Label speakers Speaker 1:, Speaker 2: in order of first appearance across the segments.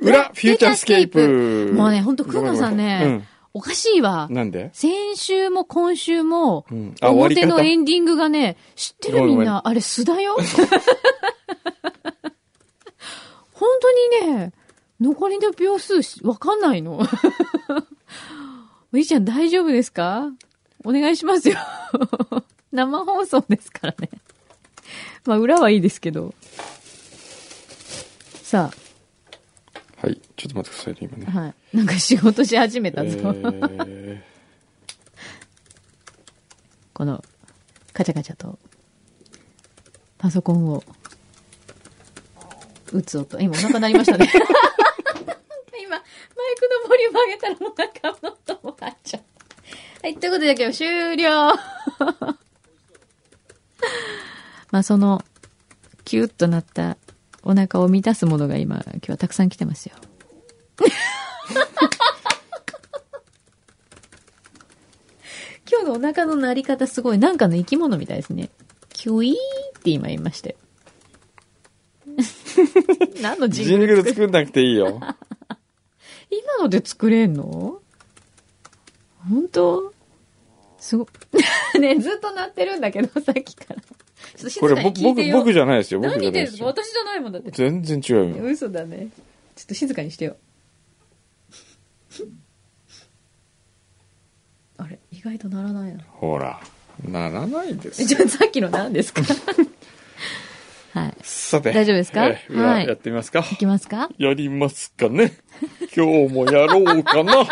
Speaker 1: ューチャースケープ。
Speaker 2: もうね、ほんと、くんのさん
Speaker 1: ごめ
Speaker 2: ね、おかしいわ
Speaker 1: うん。。なんで
Speaker 2: 先週も今週も、
Speaker 1: んあ終わり
Speaker 2: 表
Speaker 1: 方
Speaker 2: のエンディングがね、知ってる
Speaker 1: ごめ
Speaker 2: み
Speaker 1: んごめん
Speaker 2: んな、あれ素だよ。本当にね、残りの秒数しわかんないの。おじいちゃん大丈夫ですかお願いしますよ。生放送ですからね。まあ、裏はいいですけど。さ
Speaker 1: はい。ちょっと待ってくださいね、今
Speaker 2: あ、
Speaker 1: ね。
Speaker 2: はい。なんか仕事し始めたぞ。
Speaker 1: え
Speaker 2: このカチャカチャとパソコンを打つ音今お腹鳴りましたね今マイ クのボリューム上げたらお腹の音も鳴っちゃうはいということで今日終了 まあそのキュッとなったお腹を満たすものが今今日はたくさん来てますよ 今日のお腹の鳴り方すごい。なんかの生き物みたいですね。キュイーって 今言いましたよ。何の
Speaker 1: ー、
Speaker 2: ジ
Speaker 1: ジ
Speaker 2: ング
Speaker 1: ング
Speaker 2: ル
Speaker 1: ル
Speaker 2: 作る
Speaker 1: 作んなくていい よ。
Speaker 2: 今ので作れんの本当すご、 ねずっと鳴ってるんだけど、 さっきから。ちょっと静
Speaker 1: こ
Speaker 2: か
Speaker 1: れ
Speaker 2: に
Speaker 1: 僕、
Speaker 2: 聞いて
Speaker 1: 僕、
Speaker 2: よ。
Speaker 1: 僕じゃないですよ。僕
Speaker 2: 何
Speaker 1: じ
Speaker 2: 言
Speaker 1: ゃ
Speaker 2: って
Speaker 1: な
Speaker 2: る
Speaker 1: い
Speaker 2: んで
Speaker 1: で
Speaker 2: すすか
Speaker 1: よ。
Speaker 2: 私じゃないもんだって。
Speaker 1: 全然違うよ。
Speaker 2: 嘘だね。ちょっと静かにしてよ。 あれ、意外と鳴ら ないな。
Speaker 1: ほら。ならないです
Speaker 2: え
Speaker 1: よ。
Speaker 2: じゃあさっきの何ですか はい。
Speaker 1: さて。
Speaker 2: 大丈夫ですか
Speaker 1: えー裏
Speaker 2: はい
Speaker 1: やってみますか。
Speaker 2: いきますか
Speaker 1: やりますかね。今日もやろうか な。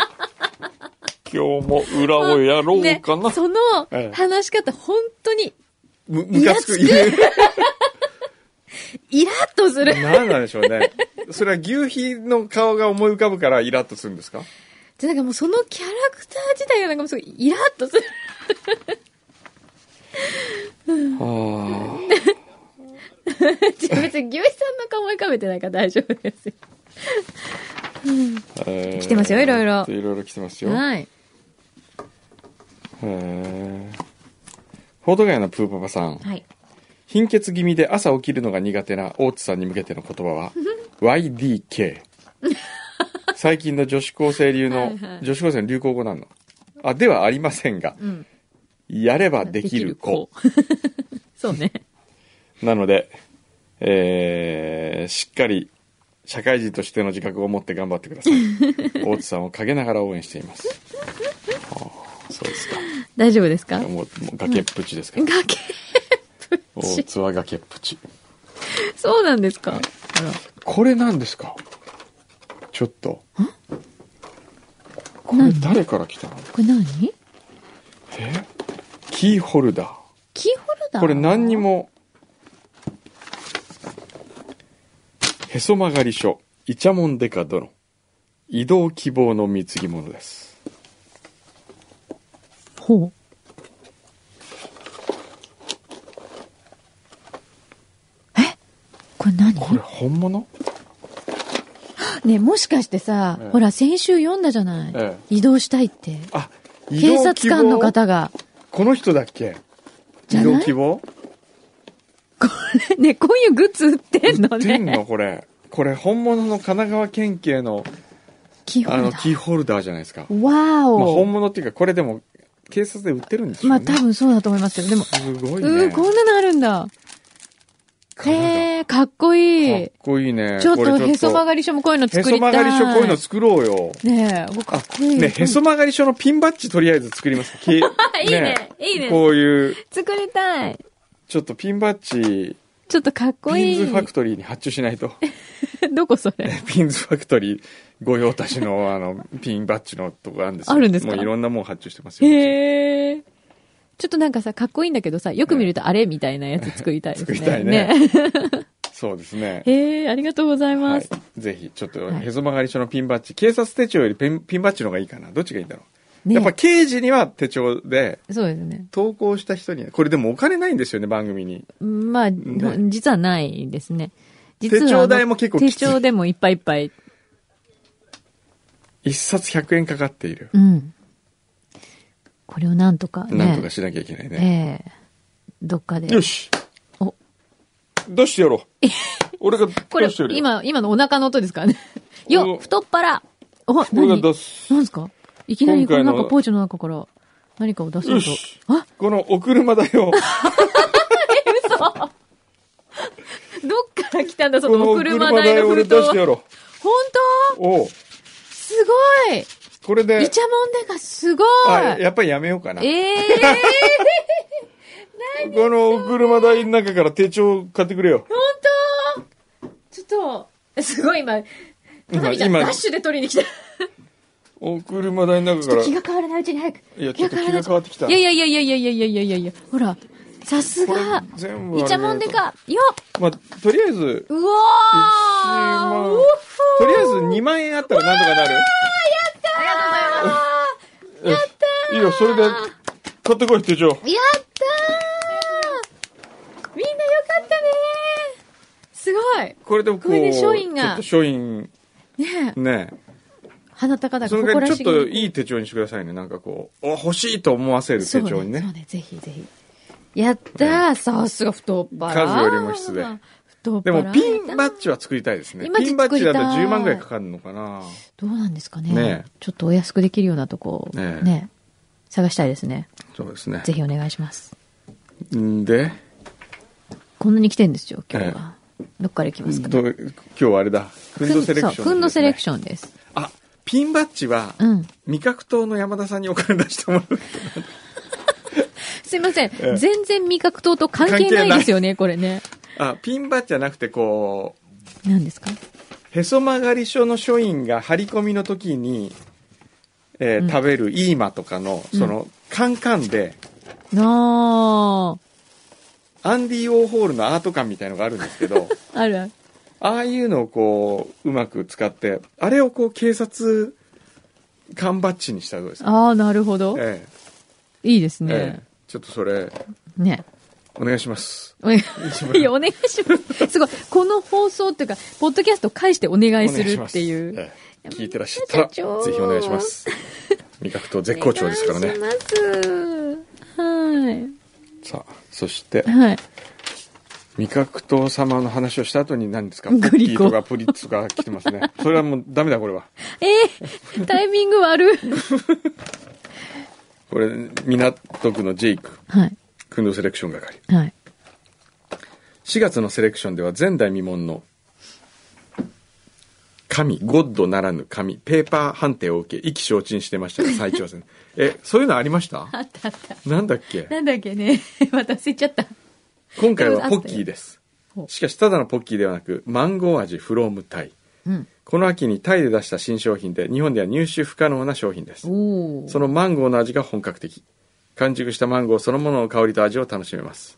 Speaker 1: 今日も裏をやろうかな。
Speaker 2: ね、その
Speaker 1: ええ
Speaker 2: 話し方、本当に
Speaker 1: む、むかつく。
Speaker 2: イラッとする。
Speaker 1: 何なんでしょうね。それは牛皮の顔が思い浮かぶからイラッとするんですか
Speaker 2: で、なんかもうそのキャラクター自体がなんかもうすごいイラッとする。
Speaker 1: は
Speaker 2: 別に牛肥さんの顔思い浮かべてないから大丈夫ですよ。
Speaker 1: あ。来
Speaker 2: 来てますよいろいろ
Speaker 1: いろいろ来てますよ。
Speaker 2: はい。
Speaker 1: えー報道外のプーパパさん。
Speaker 2: はい。
Speaker 1: 貧血気味で朝起きるのが苦手な大津さんに向けての言葉 は YDK 最近の女子高生流の
Speaker 2: はいはい
Speaker 1: 女子高生の流行語なのあではありませんが
Speaker 2: うん。
Speaker 1: やればできる子。
Speaker 2: そうね。
Speaker 1: なので、えーしっかり社会人としての自覚を持って頑張ってください 大津さんを陰ながら応援していますあ ーそうですか
Speaker 2: 大丈夫ですか
Speaker 1: もうもう崖っぷちですから
Speaker 2: 崖。
Speaker 1: 大津は崖っぷち
Speaker 2: そうなんですかあら。
Speaker 1: これなんですかちょっと。これ誰から来たの
Speaker 2: これ何
Speaker 1: えキーホルダー。
Speaker 2: キーホルダー
Speaker 1: これ何に。も。へそ曲がり書、イチャモンデカ殿。移動希望の貢ぎ物です。
Speaker 2: ほう。えこれ何
Speaker 1: これ本物
Speaker 2: ねえもしかしてさ、
Speaker 1: ええ
Speaker 2: ほら、先週読んだじゃない、
Speaker 1: え
Speaker 2: 移動したいって。
Speaker 1: あ、移
Speaker 2: 警
Speaker 1: 動希望
Speaker 2: 察官の。方が。
Speaker 1: この人だっけ
Speaker 2: じ
Speaker 1: 移
Speaker 2: ゃない
Speaker 1: 動希望
Speaker 2: これ、 ね、こういうグッズ売ってんの
Speaker 1: 売って
Speaker 2: ね。
Speaker 1: んのこれ。これ本物の神奈川県警の
Speaker 2: キーホ
Speaker 1: あ
Speaker 2: ル
Speaker 1: の
Speaker 2: ダ
Speaker 1: キー
Speaker 2: ー。
Speaker 1: ホルダーじゃないですか。
Speaker 2: わ
Speaker 1: まあ、
Speaker 2: お。
Speaker 1: 本物っていうかこれでも警察で売ってるんでしょう
Speaker 2: まあ、
Speaker 1: ね、
Speaker 2: 多分そうだと思いますけど、でも、
Speaker 1: すごいうね
Speaker 2: ー、こんなのあるんだ。へえ、かっこい
Speaker 1: か
Speaker 2: い
Speaker 1: っ。こいいね
Speaker 2: ちょっ
Speaker 1: これ
Speaker 2: と、へそ曲がり書もこういうの
Speaker 1: へ
Speaker 2: 作
Speaker 1: そ
Speaker 2: りた
Speaker 1: 曲
Speaker 2: い。
Speaker 1: がり書こういうの作ろうよ
Speaker 2: ねえ、かっこいい。
Speaker 1: ねへそ曲がり書のピンバッジとりあえず作り ますけいい
Speaker 2: いいねいいね
Speaker 1: こういう
Speaker 2: 作りたい。
Speaker 1: ちょっとピンバッジ
Speaker 2: ちょっとかっこ
Speaker 1: ピン
Speaker 2: い
Speaker 1: ズ
Speaker 2: い
Speaker 1: フ。ァクトリーに発注しないと
Speaker 2: どこそれ
Speaker 1: ピンズファクトリー御用達 のあのピンバッジのとこあるんですよ
Speaker 2: あるんですか
Speaker 1: もういろんなもん発注してますよ
Speaker 2: へえ。ちょっとなんかさ、かっこいいんだけどさ、よく見るとあれみたいなやつ作りたいです
Speaker 1: 作
Speaker 2: ね。
Speaker 1: りたいね。そうですね
Speaker 2: へえ、ありがとうござい
Speaker 1: は
Speaker 2: ま
Speaker 1: い
Speaker 2: す。、
Speaker 1: ぜひちょっと
Speaker 2: はい
Speaker 1: へそ曲がり書のピンバッジ、警察手帳よりピンピンバッジの方がいいかなどっちがいいんだろう、
Speaker 2: ね
Speaker 1: やっぱ刑事には手帳で
Speaker 2: そうですね。
Speaker 1: 投稿した人にはこれでもお金ないんですよね番組に
Speaker 2: まあ、
Speaker 1: ね
Speaker 2: 実はないですね。実
Speaker 1: 手
Speaker 2: は
Speaker 1: 帳代も結構
Speaker 2: 手
Speaker 1: きつい
Speaker 2: 帳でもいっぱいいっぱい。
Speaker 1: 一冊100円かかっている、
Speaker 2: うん。これをなんとかね。
Speaker 1: なんとかしなきゃいけないね、
Speaker 2: ええどっかで。
Speaker 1: よし
Speaker 2: お
Speaker 1: 出してやろう俺が
Speaker 2: これ
Speaker 1: 出してや、るよ
Speaker 2: 今、今のお腹の音ですからね。よ、太っ腹。お、
Speaker 1: これが
Speaker 2: 何
Speaker 1: 出
Speaker 2: 何
Speaker 1: す。
Speaker 2: ですかいきなりこのな
Speaker 1: 今回
Speaker 2: ん
Speaker 1: の
Speaker 2: かポーチの中から何かを出そう
Speaker 1: よ
Speaker 2: と
Speaker 1: し。
Speaker 2: あ、
Speaker 1: このお車だ よ。
Speaker 2: どっから来たんだ、そ
Speaker 1: この
Speaker 2: の
Speaker 1: お
Speaker 2: お車
Speaker 1: 車
Speaker 2: 代
Speaker 1: 代
Speaker 2: の
Speaker 1: 俺
Speaker 2: 封筒
Speaker 1: 出してや
Speaker 2: は。
Speaker 1: ろ
Speaker 2: 本
Speaker 1: う。おう
Speaker 2: 当すごい
Speaker 1: これで
Speaker 2: イ、チャモンデがすごい
Speaker 1: あ、やっぱりやめようかな。こ
Speaker 2: ええ
Speaker 1: のお車代の中から手帳買ってくれよ。
Speaker 2: 本当ちょっと、すごい今、
Speaker 1: 今
Speaker 2: 花火ちゃん
Speaker 1: 今
Speaker 2: ダッシュで取りに来た。
Speaker 1: お車代の中から。
Speaker 2: 気
Speaker 1: い
Speaker 2: が変わらないうちに早く。
Speaker 1: や、ちょっと気
Speaker 2: な
Speaker 1: が
Speaker 2: いうち
Speaker 1: 変わってきた。
Speaker 2: いやいやいやいやいやいやいやいやいや、ほら、さす
Speaker 1: これ
Speaker 2: が、
Speaker 1: 全部あれ
Speaker 2: イチャモンデか、よ
Speaker 1: まあ、とりあえず、
Speaker 2: うお
Speaker 1: 1
Speaker 2: ー
Speaker 1: 万
Speaker 2: うっふー
Speaker 1: とりあえず2万円あったらなんとかなる。
Speaker 2: あ
Speaker 1: やったいいよ、それで、買ってこい手帳。
Speaker 2: ーやったーみんなよかったねーすごい
Speaker 1: これでもこう、
Speaker 2: これで書院が
Speaker 1: ちょっと書院、
Speaker 2: ねえ、
Speaker 1: ね。
Speaker 2: 鼻高々
Speaker 1: そのぐらいちょっ
Speaker 2: 誇ら
Speaker 1: と
Speaker 2: しげに
Speaker 1: いい手帳にしてくださいね。なんかこう、お欲しいと思わせる手帳に
Speaker 2: そうね
Speaker 1: ね。
Speaker 2: そうね、ぜひぜひ。やったー、さすが太っ腹。
Speaker 1: 数よりも質で。
Speaker 2: 太っ
Speaker 1: で
Speaker 2: 腹。
Speaker 1: もピンバッジは作りたいですね
Speaker 2: ピン。バッジ
Speaker 1: ピンバッジだと
Speaker 2: 作りたい
Speaker 1: 10万ぐらいかかるのかな。
Speaker 2: どうなんですかね
Speaker 1: ねえ
Speaker 2: ちょっとお安くできるようなとこ、
Speaker 1: ね
Speaker 2: ね
Speaker 1: え
Speaker 2: 探したいですね。
Speaker 1: そうですね
Speaker 2: ぜ。ひお願いします。
Speaker 1: んで、
Speaker 2: こんなに来てんですよ、今日は。どっから行きますか
Speaker 1: どう今日はあれだ。フンドセレクションですね、
Speaker 2: そうフンドセレクションです。
Speaker 1: あ、ピンバッジは、
Speaker 2: うん。
Speaker 1: 味覚糖の山田さんにお金出してもらう。
Speaker 2: すいません。
Speaker 1: え
Speaker 2: 全然味覚糖と関
Speaker 1: 関
Speaker 2: 係
Speaker 1: 係ない
Speaker 2: ないですよね、これね。
Speaker 1: あ、ピンバッジじゃなくて、こう、
Speaker 2: 何ですか
Speaker 1: へそ曲がり書の書院が張り込みの時に、えー
Speaker 2: うん
Speaker 1: 食べるイーマとかの、その、カンカンで、
Speaker 2: な
Speaker 1: アンディ・オーホールのアート感みたいのがあるんですけど、
Speaker 2: あ。あるある。
Speaker 1: ああいうのをこう、うまく使って、あれをこう、警察、缶バッジにしたらどうですか
Speaker 2: ああ、なるほど。
Speaker 1: え
Speaker 2: いいです
Speaker 1: ええ
Speaker 2: ね
Speaker 1: え。ちょっとそれ、
Speaker 2: ね。
Speaker 1: お願いします。
Speaker 2: お願いいや、お願いします。すごい。この放送っていうか、ポッドキャスト返してお願いするってい
Speaker 1: お
Speaker 2: う。
Speaker 1: 願しますええ聞いてらっしゃったら、ぜひお願い します。味覚と絶好調ですからね
Speaker 2: お。願いします。は
Speaker 1: さあ、そして
Speaker 2: い。、はい。
Speaker 1: 味覚糖様の話をした後に何ですか
Speaker 2: グリコ
Speaker 1: ポッキーとかプリッツとか来てますね。それはもうダメだ、これは。
Speaker 2: えー、タイミング悪い。
Speaker 1: これ、港区のジェイク、
Speaker 2: はい。
Speaker 1: 訓導セレクション係。
Speaker 2: はい。
Speaker 1: 4月のセレクションでは前代未聞の神、ゴッドならぬ神、ペーパー判定を受け、意気消沈してましたが再 挑戦。え、そういうのありました
Speaker 2: あったあった。
Speaker 1: なんだっけ
Speaker 2: なんだっけね。 また忘れちゃった。
Speaker 1: 今回は
Speaker 2: で
Speaker 1: ポ
Speaker 2: もあっ
Speaker 1: ッ
Speaker 2: たよ
Speaker 1: キーです
Speaker 2: ほ。う
Speaker 1: しかし、ただのポッキーではなく、マンゴー味フロームタイ。
Speaker 2: うん。
Speaker 1: この秋にタイで出した新商品で、日本では入手不可能な商品です。
Speaker 2: おお。
Speaker 1: そのマンゴーの味が本格的。完熟したマンゴーそのものの香りと味を楽しめます。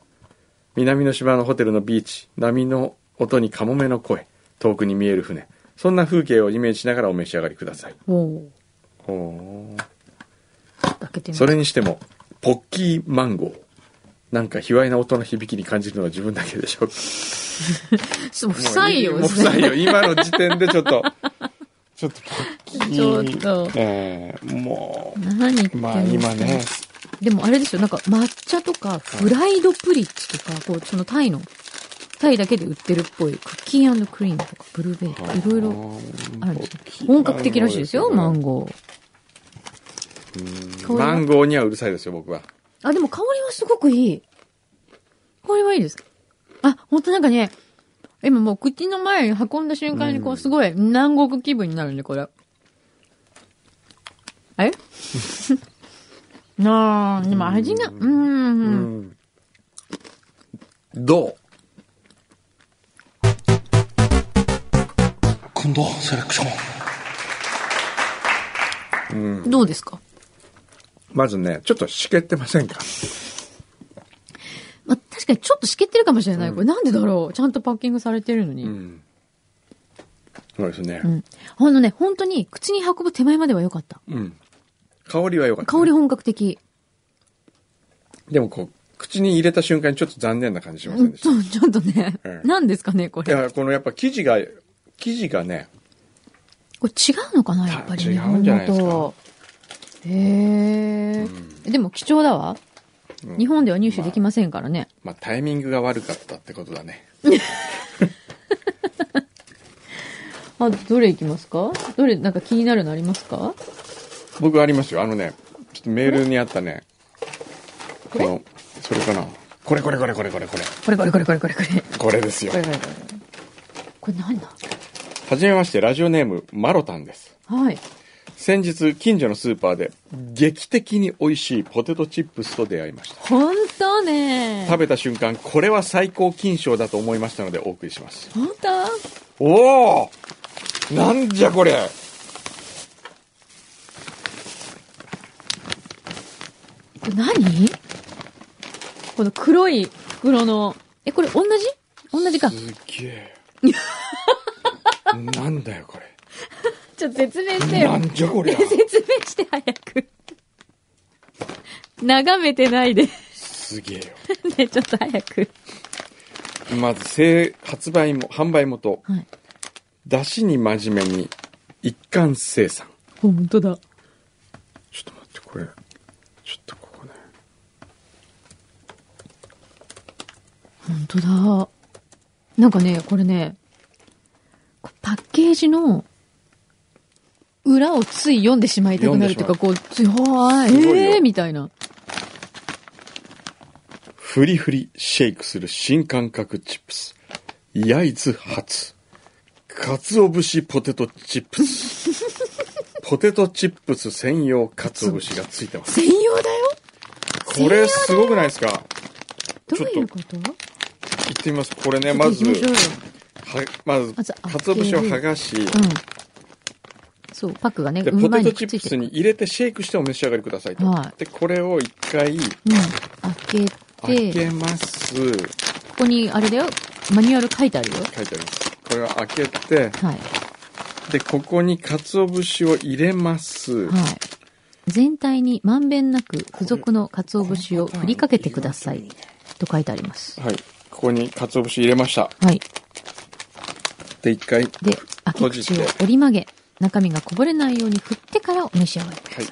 Speaker 1: 南の島のホテルのビーチ、波の音にカモメの声、遠くに見える船。そんな風景をイメージしながらお召し上がりください。
Speaker 2: おお。開けてみ
Speaker 1: そ
Speaker 2: る。
Speaker 1: れにしても、ポッキーマンゴー。なんか卑猥な音の響きに感じるのは自分だけでしょうか。
Speaker 2: そう、不採用
Speaker 1: もう
Speaker 2: で
Speaker 1: 不
Speaker 2: すね。
Speaker 1: 採用。今の時点でちょっと、ちょっとポッキー。
Speaker 2: ちょっと
Speaker 1: えーも
Speaker 2: 何言って
Speaker 1: う、
Speaker 2: んの
Speaker 1: まあ今ね、
Speaker 2: でもあれですよ、なんか抹茶とかフライドプリッツとか、こう、そのタイの、タイだけで売ってるっぽい、クッキークリームとか、ブルーベリーとか、いろいろあるんですよ。本格的らしいですよ、マンゴー。香りは
Speaker 1: マンゴーにはうるさいですよ、僕は。
Speaker 2: あ、でも香りはすごくいい。香りはいいです。あ、ほんとなんかね、今もう口の前に運んだ瞬間にこう、すごい南国気分になるね、これ。え なあ、でも味が、うーん
Speaker 1: どう
Speaker 3: くんどセレクション
Speaker 2: どうですか
Speaker 1: まずね、ちょっとしけってませんか
Speaker 2: まあ、確かにちょっとしけってるかもしれない。これなんでだろうちゃんとパッキングされてるのに。うん。
Speaker 1: ん。そうですね。
Speaker 2: あのね、本当に口に運ぶ手前までは良かった。
Speaker 1: うん。香りは良かった。
Speaker 2: 香り本格的。
Speaker 1: でもこう、口に入れた瞬間にちょっと残念な感じしませんでし
Speaker 2: そう、ちょっとね
Speaker 1: うん。
Speaker 2: 何ですかね、こ
Speaker 1: た。い
Speaker 2: れ。
Speaker 1: や、このやっぱ生地が、生地がね、
Speaker 2: これ違うのかなやっぱり
Speaker 1: 違
Speaker 2: 日
Speaker 1: うん
Speaker 2: 本
Speaker 1: じゃない
Speaker 2: の
Speaker 1: ですか
Speaker 2: と。へえ、でも貴重だわ。
Speaker 1: うん
Speaker 2: 日本では入手できませんからね。
Speaker 1: まあタイミングが悪かったってことだね。
Speaker 2: あ、あ、どれいきますかどれ、なんか気になるのありますか
Speaker 1: 僕ありますよあのねちょっとメールにあったねこのそれかなこれこれこれこれこれこれ
Speaker 2: これこれこれこれこれこれ。こ
Speaker 1: これですよ
Speaker 2: れこれこれこれ。これなんだ
Speaker 1: はじめましてラジオネームマロタンです
Speaker 2: はい。
Speaker 1: 先日近所のスーパーで劇的に美味しいポテトチップスと出会いました
Speaker 2: ほんとね
Speaker 1: 食べた瞬間これは最高金賞だと思いましたのでお送りします
Speaker 2: ほんと
Speaker 1: おおなんじゃこれ
Speaker 2: 何この黒い袋の、え、これ同じ同じか。
Speaker 1: すげえなんだよこ
Speaker 2: ちょっと説明して
Speaker 1: れな
Speaker 2: よ。
Speaker 1: んじゃこりゃ
Speaker 2: 説明して早く。眺めてないで。
Speaker 1: すげえよ
Speaker 2: ね、ちょっと早く。
Speaker 1: まず製発売も販売元
Speaker 2: はい。
Speaker 1: 出汁に真面目に一貫生産
Speaker 2: ほんとだ。
Speaker 1: ちょっと待ってこれちょっとここね
Speaker 2: ほんとだ。なんかね、これね、こうパッケージの裏をつい読んでしまいたくなるというか、こう、つい、は
Speaker 1: す
Speaker 2: ー
Speaker 1: ごいよ
Speaker 2: い、えー、みたいな。
Speaker 1: フリフリシェイクする新感覚チップス焼津発鰹節ポテトチップスポテトチップス専用鰹節がついてます
Speaker 2: 専用だよ
Speaker 1: これすごくないですか
Speaker 2: どういうこと
Speaker 1: 行ってみますこれねまず
Speaker 2: ちょっと行きましょ
Speaker 1: はまず
Speaker 2: まず開ける
Speaker 1: 鰹節を剥がし
Speaker 2: うようん。そう、パックがね、
Speaker 1: で
Speaker 2: 産
Speaker 1: ポ
Speaker 2: む前
Speaker 1: テト
Speaker 2: に
Speaker 1: チ
Speaker 2: くっ
Speaker 1: ッ
Speaker 2: つい
Speaker 1: プ
Speaker 2: て
Speaker 1: ス
Speaker 2: る。
Speaker 1: に入れてシェイクしてお召し上がりくださいと、
Speaker 2: はい
Speaker 1: でこれを一回
Speaker 2: うん。開け
Speaker 1: 開
Speaker 2: て、
Speaker 1: けます
Speaker 2: ここにあれだよ、マニュアル書いてあるよ。
Speaker 1: 書いてありますこれは開けて
Speaker 2: はい。
Speaker 1: でここに鰹節を入れます
Speaker 2: はい。全体にまんべんなく付属の鰹節を振りかけてください。と書いてあります。
Speaker 1: はい。ここに鰹節入れました。
Speaker 2: はい。
Speaker 1: で、一回。
Speaker 2: で、開け
Speaker 1: 閉じて
Speaker 2: 口を折り曲げ、中身がこぼれないように振ってからお召し上がりください。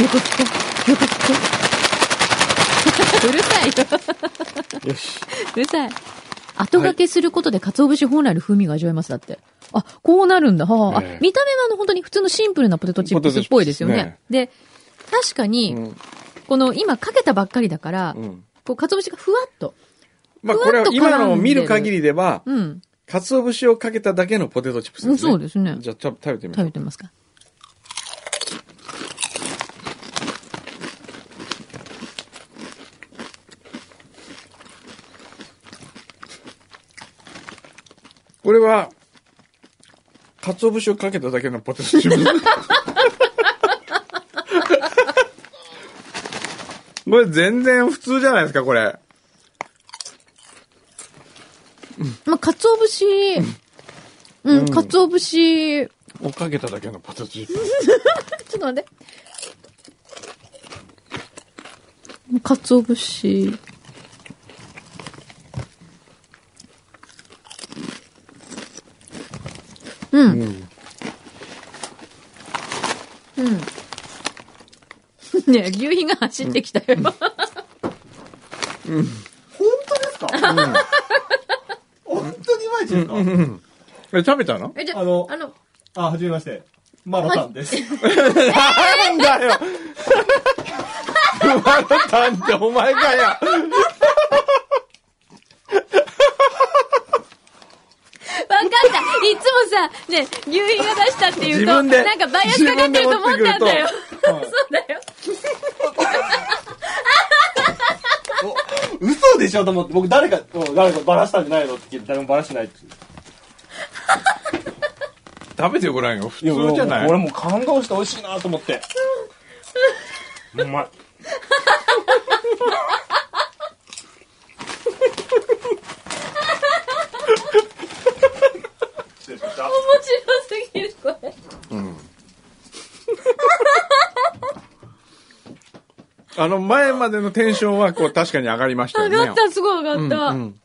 Speaker 2: 横切って、横切 って。うるさいよ。
Speaker 1: よし。
Speaker 2: うるさい。後掛けすることで、鰹節本来の風味が味わえます、だって。あ、こうなるんだ。はあ、あ
Speaker 1: ええ
Speaker 2: 見た目はあの、本当に普通のシンプルなポテトチップスっぽいですよね。
Speaker 1: ポテトチッ
Speaker 2: で、確かに、
Speaker 1: うん。
Speaker 2: この、今かけたばっかりだから、
Speaker 1: うん。
Speaker 2: こう、鰹節がふわっと。
Speaker 1: まあ、
Speaker 2: ふわ
Speaker 1: こ
Speaker 2: っと
Speaker 1: れは今のを見る限りでは、
Speaker 2: うん。
Speaker 1: 鰹節をかけただけのポテトチップスですね。
Speaker 2: そうですね
Speaker 1: じゃあ、ちょっと食べてみまし
Speaker 2: 食
Speaker 1: ょ
Speaker 2: べ
Speaker 1: う。
Speaker 2: てますか。
Speaker 1: これは、鰹節をかけただけのポテトチ ップス。これ全然普通じゃないですか、これ。
Speaker 2: まあ、鰹節、うん、鰹節、ちょ
Speaker 1: をかけただけのポテトチップス。
Speaker 2: っと待って。鰹節。うん。うん。 ねえ、牛皮が走ってきたよ。
Speaker 3: 本当ですか、本当にいまいちですか、
Speaker 1: え、食べたの
Speaker 2: え、じゃあ、
Speaker 3: あの
Speaker 2: あの、
Speaker 3: あ、はじめまして。マロさんです。
Speaker 1: なんだよマロタンってお前かや
Speaker 2: わかったいつもさ、ね、牛乳が出したっていうと、
Speaker 1: 自分で
Speaker 2: なんかバイアスかかってると思ったんだよ。
Speaker 3: はい
Speaker 2: そうだよ。
Speaker 3: 嘘でしょと思って、僕誰か、うん誰かバラしたんじゃないのって聞いて、誰もバラしてないって。
Speaker 1: 食べてごらんよ普
Speaker 3: いや
Speaker 1: 通じゃない
Speaker 3: 俺もう感動して美味しいなと思って。うまい。失礼しました
Speaker 2: 面白すぎる、これ。
Speaker 1: あの前までのテンションはこう確かに上がりましたよね
Speaker 2: 上がった、すごい上がった。
Speaker 1: うんうん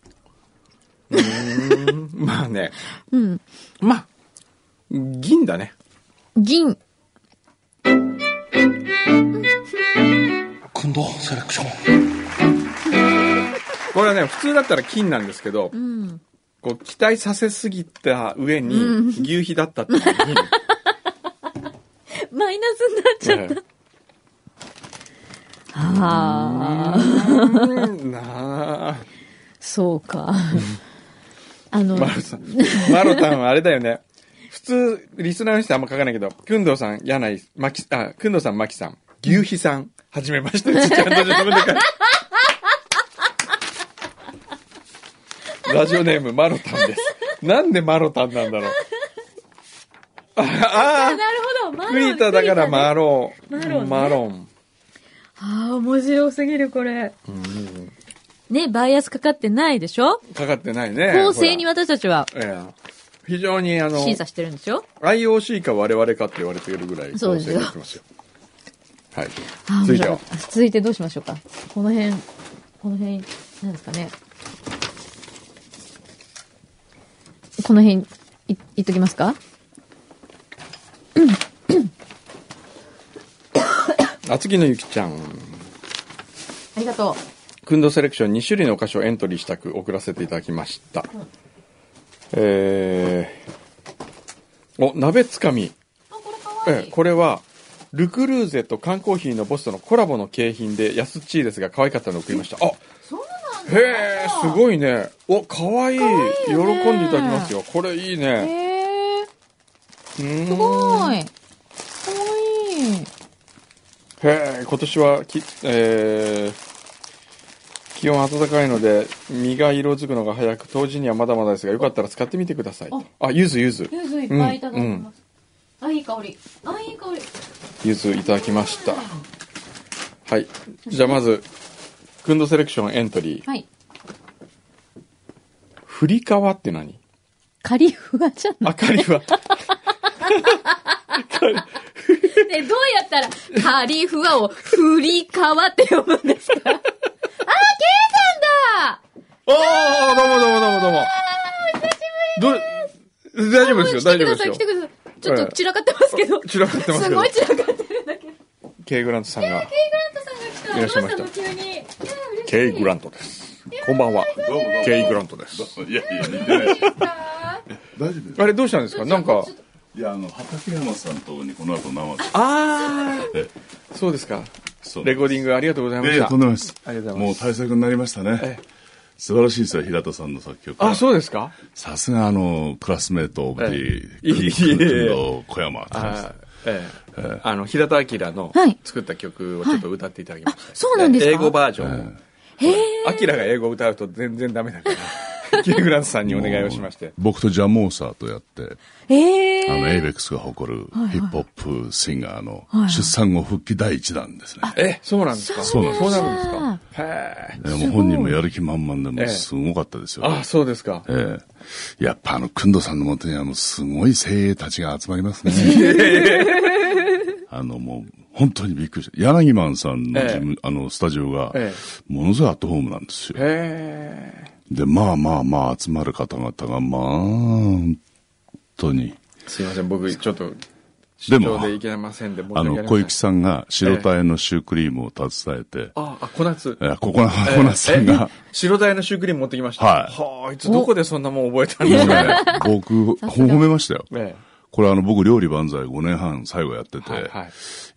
Speaker 1: うーんまあね
Speaker 2: うん。
Speaker 1: まあ銀だね
Speaker 2: 銀。
Speaker 3: くんどセレクション。
Speaker 1: これはね普通だったら金なんですけど、
Speaker 2: うん。
Speaker 1: こう期待させすぎた上に、牛皮だったっていうのに
Speaker 2: マイナスになっ ちゃう。
Speaker 1: ええ
Speaker 2: はあ。
Speaker 1: なあ。
Speaker 2: そうか。あの、
Speaker 1: マロさん。マロタンはあれだよね。普通、リスナーの人あんま書かないけど、くんどうさん、柳井、まき、あ、くんどうさん、まきさん、牛皮さん、はじめまして、ちゃんと自分で書いてラジオネーム、マロタンです。なんでマロタンなんだろう。あ
Speaker 2: あなるほど。マ
Speaker 1: あ、
Speaker 2: ロン
Speaker 1: クリタだか
Speaker 2: 栗
Speaker 1: ら
Speaker 2: 田ね
Speaker 1: マロン。
Speaker 2: マロンね
Speaker 1: マロン。
Speaker 2: ああ、面白すぎる、これ。ね、バイアスかかってないでしょ
Speaker 1: かかってないね。
Speaker 2: 公正に
Speaker 1: は。
Speaker 2: 私たちは
Speaker 1: ええ非常に、あの、
Speaker 2: 審査してるんでしょ
Speaker 1: IOC か我々かって言われてるぐらい
Speaker 2: そうですよ
Speaker 1: 構成になってますよはい
Speaker 2: あー
Speaker 1: 続いては
Speaker 2: 面白かった続いてどうしましょうか。この辺、この辺、なんですかね。この辺、い、いっときますか
Speaker 1: 厚木のゆきちゃん
Speaker 2: ありがと
Speaker 1: くんどセレクション2種類のお菓子をエントリーしたく送らせていただきました、えー、お鍋つかみええこれはルクルーゼと缶コーヒーのボスとのコラボの景品で安っちいですが可愛かったのを送りましたあへえすごいねお可愛い
Speaker 2: 愛いよね。
Speaker 1: 喜んでいただきますよこれいいう
Speaker 2: へ
Speaker 1: ね
Speaker 2: え、
Speaker 1: うーん
Speaker 2: すごい。かわいい。
Speaker 1: へえ今年はき、えー、気温暖かいので実が色づくのが早く冬至にはまだまだですがよかったら使ってみてくださいあゆずゆず
Speaker 2: ゆずいっ。
Speaker 1: ぱいいただきます
Speaker 2: あ、いい香り。あ、いい香り。
Speaker 1: ゆずいただきましたはいじゃあまずくんどセレクションエントリー
Speaker 2: はい。
Speaker 1: ふりかわって何
Speaker 2: カリフワじゃ ない。
Speaker 1: あかりは
Speaker 2: ね、どうやったらカリフワをフリカワって読むんですか あー、ケイさんだ
Speaker 1: おーどうもどうもどうもどうもどう大丈夫ですよ
Speaker 2: 来て
Speaker 1: 大
Speaker 2: くださ
Speaker 1: 丈夫です
Speaker 2: い、
Speaker 1: よ
Speaker 2: 来てください。ちょっと散らかってますけど。
Speaker 1: 散らかってま
Speaker 2: す
Speaker 1: すけど
Speaker 2: ごい散らかってるんだけど。
Speaker 1: ケイグラントさんが
Speaker 2: ケイグラントさんが来た。どうしたの急に。いや嬉しい
Speaker 1: ケイグラントですこんばんは
Speaker 4: どうもどうも
Speaker 1: ケイグラントです
Speaker 4: いやいや、似てない。大丈夫です。
Speaker 1: あれどうしたんですかなんか
Speaker 4: いや、あの、畠山さんとにこの後生で。
Speaker 1: あ
Speaker 4: え
Speaker 1: あそうですか
Speaker 4: そう
Speaker 1: レコーディングありがとうございま
Speaker 4: え
Speaker 1: し
Speaker 4: え
Speaker 1: た
Speaker 4: とんでもないです。
Speaker 1: ありがとうございます
Speaker 4: もう対策になりました
Speaker 1: え
Speaker 4: ね。素晴らしいですよ、平田さんの作曲は。
Speaker 1: あそうですか
Speaker 4: さすが、あの、クラスメートオブディ、
Speaker 1: ええ
Speaker 4: クリ
Speaker 1: いえいえ
Speaker 4: ックの小山って感じで
Speaker 1: あ
Speaker 4: す
Speaker 1: ーええあの平田明の
Speaker 2: はい
Speaker 1: 作った曲をちょっと歌っていただきました
Speaker 2: そうなんですか
Speaker 1: 英語バージョン明が英語歌うと全然ダメだから ケイグラントさんにお願いをしまして
Speaker 4: 僕とジャモーサーとやって、
Speaker 2: え
Speaker 4: あの、エイ
Speaker 2: ー。
Speaker 4: ベックスが誇るヒップホップシンガーの出産後復帰第一弾ですね。
Speaker 1: えそうなんですか
Speaker 4: そうなんです
Speaker 1: そうなるんですかへえ
Speaker 4: ええもう本人もやる気満々で、も
Speaker 1: ええ
Speaker 4: うすごかったですよ。
Speaker 1: ああそうですか
Speaker 4: ええやっぱあの、くんどさんのもとにあの、すごい精鋭たちが集まりますね。 あの、もう、本当にびっくりした。柳マンさんの事務、あの、スタジオが
Speaker 1: え、
Speaker 4: ものすごいアットホームなんですよ。
Speaker 1: へえ
Speaker 4: で、まあまあまあ集まる方々が、まあ、本当に。
Speaker 1: すいません僕ちょっと
Speaker 4: で
Speaker 1: 出
Speaker 4: も
Speaker 1: 張でいけませんで申し
Speaker 4: あ
Speaker 1: 訳ありませ
Speaker 4: の、
Speaker 1: ん
Speaker 4: 小雪さんが白タイのシュークリームを携えて、
Speaker 1: ああ小夏
Speaker 4: ええここの、こなさんが、
Speaker 1: 白鯛のシュークリーム持ってきました。
Speaker 4: はい
Speaker 1: はあ、いつどこでそんなもん覚えたんでしょう
Speaker 4: もう
Speaker 1: ね。
Speaker 4: ね僕、 褒めましたよ。
Speaker 1: え
Speaker 4: これあの、僕、料理万歳5年半最後やってて、
Speaker 1: はい
Speaker 4: い
Speaker 1: は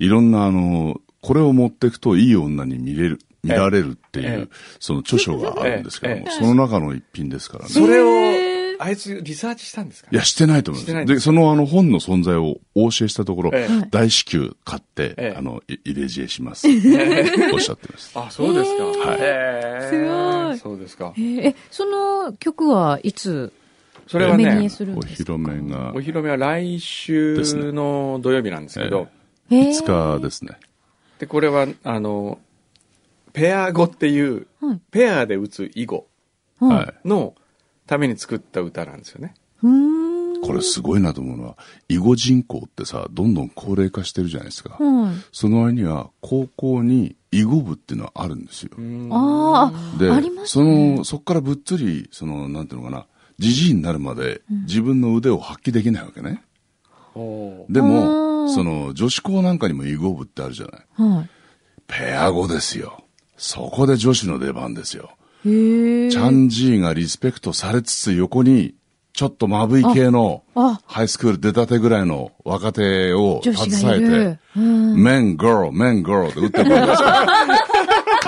Speaker 1: い
Speaker 4: ろんなあの、これを持っていくといい女に見れる、見られるっていう、
Speaker 1: ええ
Speaker 4: その著書があるんですけども、
Speaker 1: ええ
Speaker 4: その中の一品ですから
Speaker 1: え
Speaker 4: ね。
Speaker 1: それを、あいつリサーチしたんですか
Speaker 4: いや、してないと思い
Speaker 1: してな
Speaker 4: ま
Speaker 1: いで
Speaker 4: す。
Speaker 1: す
Speaker 4: で、そのあの本の存在をお教えしたところ、
Speaker 1: ええ
Speaker 4: 大至急買って、
Speaker 1: ええ
Speaker 4: あの、い入れ知恵します。おっしゃってました。
Speaker 1: あ、そうですか。
Speaker 4: はい
Speaker 1: へえ
Speaker 2: すごい
Speaker 1: そうですか。
Speaker 2: え、その曲はいつ
Speaker 1: それは
Speaker 2: お目見え
Speaker 1: ね、
Speaker 2: するん
Speaker 4: お
Speaker 2: です
Speaker 4: 披
Speaker 2: か
Speaker 4: 露目が
Speaker 1: お披露目は来週の土曜日なんですけど、
Speaker 2: えー
Speaker 4: 5日ですね。
Speaker 1: で、これは、あの、ペア語っていう、
Speaker 2: はい
Speaker 1: ペアで打つ囲碁
Speaker 2: うん
Speaker 4: はい。
Speaker 1: のために作った歌なんですよね。
Speaker 2: うーん。
Speaker 4: これすごいなと思うのは、囲碁人口ってさ、どんどん高齢化してるじゃないですか。
Speaker 2: はい。
Speaker 4: その割には、高校に囲碁部っていうのはあるんですよ。
Speaker 2: あ
Speaker 4: で、
Speaker 2: あ、あります
Speaker 4: そ
Speaker 2: ね。
Speaker 4: の、そこからぶっつり、その、なんていうのかな、じじいになるまで自分の腕を発揮できないわけね。
Speaker 1: お
Speaker 4: で
Speaker 2: あ
Speaker 4: も、
Speaker 2: ー
Speaker 4: その、女子校なんかにも囲碁部ってあるじゃない。
Speaker 2: はい。
Speaker 4: ペア語ですよ。そこで女子の出番ですよ。
Speaker 2: へえ。
Speaker 4: チャンジーがリスペクトされつつ横に、ちょっとまぶい系の、
Speaker 2: あ、
Speaker 4: ハイスクール出たてぐらいの若手を
Speaker 2: 女子がい
Speaker 4: 携え
Speaker 2: る
Speaker 4: て、。
Speaker 2: うん。
Speaker 4: メン、グロー、メン、グローって打ってくるんですよ。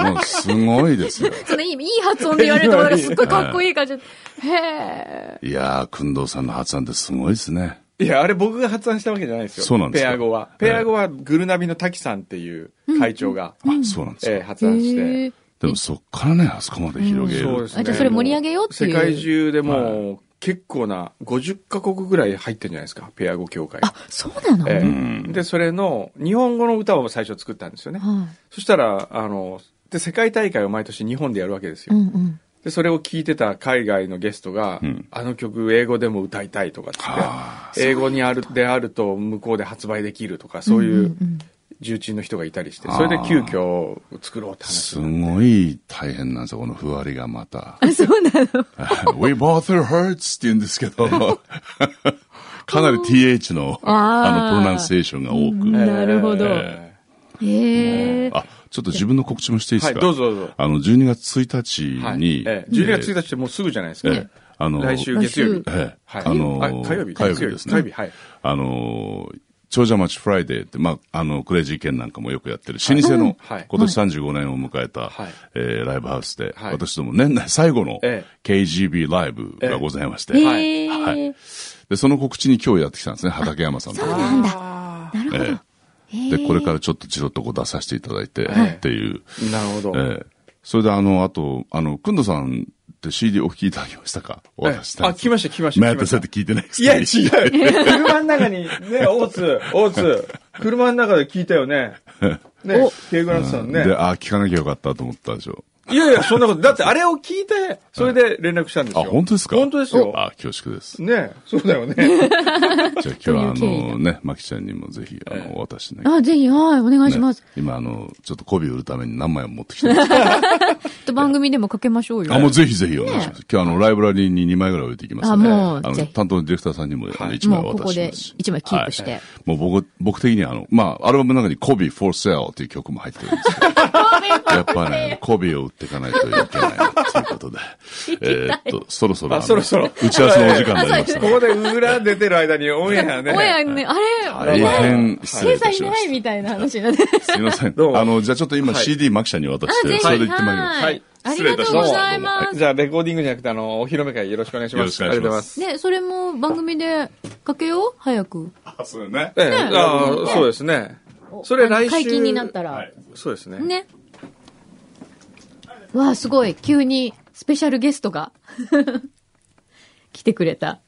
Speaker 4: もうすごいですよ。
Speaker 2: そのいい、いい発音で言われると、なんかすっごいかっこいい感じ。へえ。
Speaker 4: いやー、くんどうさんの発案ってすごいですね。
Speaker 1: いや、あれ僕が発案したわけじゃないですよ。
Speaker 4: そうなんです
Speaker 1: ペ
Speaker 4: か
Speaker 1: ア語は。ペア語はグルナビの滝さんっていう会長が、
Speaker 4: あ、そうなんです
Speaker 1: え
Speaker 4: か。
Speaker 1: ー発案して。
Speaker 2: へー
Speaker 4: でもそっからね、あそこまで広げ
Speaker 1: そうで
Speaker 4: る。
Speaker 1: すね。
Speaker 2: あじゃあそれ盛り上げようっていう
Speaker 1: 世界中でもう結構な50カ国ぐらい入ってるんじゃないですか、ペア語協会。
Speaker 2: あ、そうなの
Speaker 1: ええ
Speaker 4: ん
Speaker 1: で、それの日本語の歌を最初作ったんですよね。
Speaker 2: は
Speaker 1: そしたら、あの、で、世界大会を毎年日本でやるわけです
Speaker 2: い。う
Speaker 1: よ。
Speaker 2: んうん。
Speaker 1: で、それを聞いてた海外のゲストが、
Speaker 4: うん
Speaker 1: あの曲英語でも歌いたいとかっつって、
Speaker 4: あ
Speaker 1: 英語にある、であると向こうで発売できるとか、そうい
Speaker 2: ん
Speaker 1: うん
Speaker 2: ん
Speaker 1: 重鎮の人がいたりして、
Speaker 4: あー
Speaker 1: それで急遽作ろうって
Speaker 4: ーす
Speaker 1: 話。
Speaker 4: ごい大変なんですよ、このふわりが ま
Speaker 2: あ、
Speaker 4: た。
Speaker 2: そうなの
Speaker 4: We both are hurts って言うんですけど、 かなり TH のあ
Speaker 2: あー
Speaker 4: のプロナンセーションが多く。
Speaker 2: えなるほど
Speaker 1: え
Speaker 2: へえ。
Speaker 4: あ、ちょっと自分の告知もしていいですか、
Speaker 1: はいどうぞどうぞ
Speaker 4: あの、12月1日に、
Speaker 1: はいええ12月1日ってもうすぐじゃないですか。
Speaker 4: ええあの、
Speaker 1: 来週月曜日。
Speaker 2: 来
Speaker 4: ええ
Speaker 1: はい
Speaker 4: あの
Speaker 1: あ火曜日
Speaker 4: 火曜日ですね。
Speaker 1: 火曜日はい
Speaker 4: あの、長者町フライデーって、まあ、あの、クレイジーケンなんかもよくやってる、老舗の、
Speaker 1: はい
Speaker 4: 今年35年を迎えた、
Speaker 1: はい
Speaker 4: えーライブハウスで、
Speaker 1: はい
Speaker 4: 私ども年内最後の
Speaker 1: え
Speaker 4: KGB ライブがございまして、
Speaker 1: はい
Speaker 2: へえ。
Speaker 4: はいで、その告知に今日やってきたんですね、畠山さんと。
Speaker 2: なんだ。
Speaker 1: あ
Speaker 2: なるほど。へ
Speaker 4: で、
Speaker 2: え。
Speaker 4: これからちょっとちょっとこう出させていただいて、
Speaker 1: はい
Speaker 4: っていう。
Speaker 1: ーなるほど。
Speaker 4: ええそれであの、あと、あの、くんどさんって CD お聞きいただきましたかお渡しした
Speaker 1: あ、聞きました、聞きました。
Speaker 4: ま
Speaker 1: 聞きま
Speaker 4: た
Speaker 1: し
Speaker 4: そ
Speaker 1: た
Speaker 4: うやって聞いてないです
Speaker 1: いや、違う。 車の中に、ね、大津、大津、車の中で聞いたよね。ね
Speaker 2: お、
Speaker 1: ケイグランドさんね。
Speaker 4: で、あ、聞かなきゃよかったと思ったでしょ。
Speaker 1: いやいや、そんなこと、だってあれを聞いて、それで連絡したんですよ。
Speaker 4: あ、本当ですか
Speaker 1: 本当ですよ。
Speaker 4: あ、恐縮です。
Speaker 1: ねそうだよね。
Speaker 4: じゃあ今日はあ
Speaker 2: そういう経緯
Speaker 4: のね、まきちゃんにもぜひ、あの、お渡しね。
Speaker 2: あ、ぜひ、はい、お願いし
Speaker 4: ね
Speaker 2: ます。
Speaker 4: 今あの、ちょっと媚び売るために何枚も持ってきてます。
Speaker 2: ちょっと番組でもかけましょうよ。
Speaker 4: あ、もうぜひぜひお願いします。今日あの、ライブラリーに2枚ぐらい置いていきますので、
Speaker 2: あもう
Speaker 4: の、
Speaker 2: ぜひ
Speaker 4: 担当のディレクターさんにもあの1枚
Speaker 2: も
Speaker 4: お
Speaker 2: うこ
Speaker 4: 渡
Speaker 2: こ
Speaker 4: しし
Speaker 2: で
Speaker 4: ますし。
Speaker 2: 一枚キープして。
Speaker 4: もう僕、僕的にはあの、まあ、アルバムの中にコビー for sale っていう曲も入ってるんです けど、やっぱね、コビーを売っていかないといけないっていうこ とで、えーっと、そろそろあ
Speaker 1: あ、
Speaker 4: の、
Speaker 1: そろそろ。
Speaker 4: 打ち合わせのお時間 になりました
Speaker 1: こ。こで裏出てる間にオンエアね。
Speaker 2: おやね、あれ、
Speaker 4: 大変失礼
Speaker 2: 経
Speaker 4: いた
Speaker 2: 済
Speaker 4: し
Speaker 2: い
Speaker 4: ま
Speaker 2: な
Speaker 4: し
Speaker 2: い
Speaker 4: た。
Speaker 2: みたいな話になって。
Speaker 4: すいません。
Speaker 1: どうも
Speaker 4: あの、じゃあちょっと今
Speaker 1: はい
Speaker 4: CD マキシャに渡し
Speaker 2: あ、ぜ
Speaker 4: て、
Speaker 2: ひ。
Speaker 4: それで行ってまいります。
Speaker 1: は
Speaker 2: はいい。ありがとうござい
Speaker 4: 失礼いたしま
Speaker 2: ま
Speaker 1: じゃあ、レコーディングじゃなくて、あの、お披露目会よろしくお願いします。
Speaker 4: よろしくお願いします
Speaker 2: す。ね、それも番組でかけよう早く。
Speaker 4: あ、そうね。
Speaker 1: ありがとうございます。ええ、ああ、そうですね。それ来週
Speaker 2: 解禁になったら。
Speaker 4: はい
Speaker 1: そうですね。
Speaker 2: ね。わあ、すごい。急にスペシャルゲストが 来てくれた。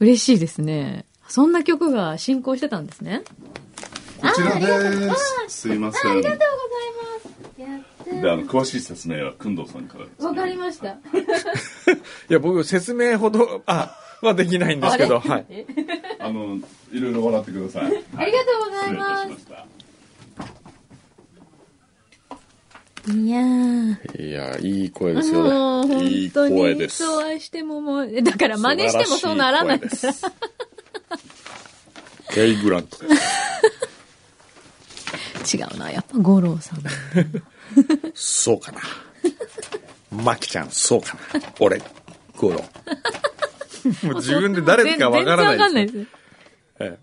Speaker 2: 嬉しいですね。そんな曲が進行してたんですね。
Speaker 4: こちらです。すいません。ありがとうございます。で、あの、詳しい説明は、くんどさんからですね。
Speaker 2: わかりました。
Speaker 1: いや、僕、説明ほど、あ、はできないんですけど、はい。
Speaker 4: あの、いろいろ笑ってください。
Speaker 2: ありがとうござい
Speaker 4: 失礼い
Speaker 2: ま
Speaker 4: たし
Speaker 2: す
Speaker 4: ま。した。
Speaker 2: いやー。
Speaker 1: いや、いい声ですよ。
Speaker 2: もう、
Speaker 1: い
Speaker 2: 本
Speaker 1: い
Speaker 2: 当
Speaker 1: 声
Speaker 2: に、
Speaker 1: です
Speaker 2: そうはしてももう、だから真似してもそうならないから
Speaker 1: 素晴ら。しい声 です。ケイグラントです。
Speaker 2: 違うな、やっぱ五郎さん。
Speaker 1: そうかな。マキちゃん、そうかな。俺、ゴロ。 もう自分で誰かわから
Speaker 2: 全然わかん
Speaker 1: な
Speaker 2: ないい
Speaker 1: です。
Speaker 2: です。
Speaker 1: え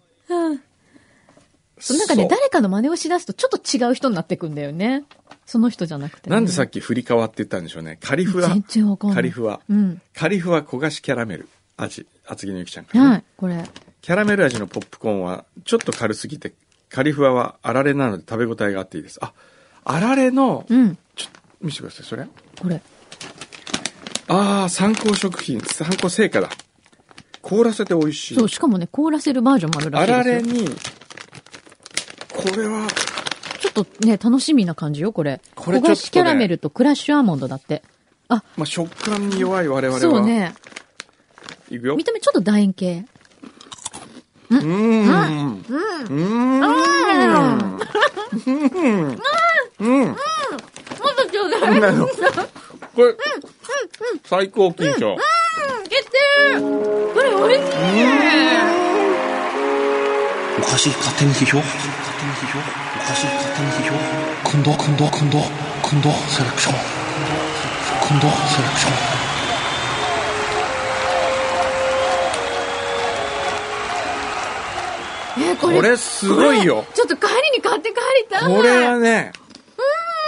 Speaker 2: その中で
Speaker 1: そう
Speaker 2: 誰かの真似をしだすとちょっと違う人になってくんだよね。その人じゃなくて、
Speaker 1: なんでさ
Speaker 2: っ
Speaker 1: っき振りかわって言ったんでしょうね。カリフワ。
Speaker 2: 全然わかんない
Speaker 1: カリフワ。
Speaker 2: うん
Speaker 1: カリフワ焦がしキャラメル。味。厚木のゆきちゃんか
Speaker 2: き
Speaker 1: らね
Speaker 2: はい、これ。
Speaker 1: キャラメル味のポップコーンはちょっと軽すぎて、カリフワはあられなので食べ応えがあっていいです。あ、あられの、
Speaker 2: うん、
Speaker 1: ちょっと見せてください、それ。
Speaker 2: これ。
Speaker 1: ああ、参考食品、参考成果だ。凍らせて美味しい
Speaker 2: そ。う、しかもね、凍らせるバージョンもあるらしいで
Speaker 1: あら
Speaker 2: すよ
Speaker 1: れ。に、これは、
Speaker 2: ちょっとね、楽しみな感じよ、これ。
Speaker 1: これちょっとね
Speaker 2: 焦がしキャラメルとクラッシュアーモンドだって。あ、
Speaker 1: まあ、食感に弱い我々は。
Speaker 2: そう。ね。
Speaker 1: いくよ
Speaker 2: 見。た目ちょっと楕円 形。
Speaker 1: うーん。うん。うん。うん。うん。
Speaker 2: もっとちょうだい。
Speaker 1: うん。これ、最高緊張。
Speaker 2: 決定これ美味しいね
Speaker 5: おかしい勝手に批評おかしい勝手に批評おかしい勝手に批評くんどくんどくんどくんどセレクションく今度セレクション
Speaker 2: えーこれ
Speaker 1: これすごいよ
Speaker 2: ちょっと帰りに買って帰りたい
Speaker 1: これはね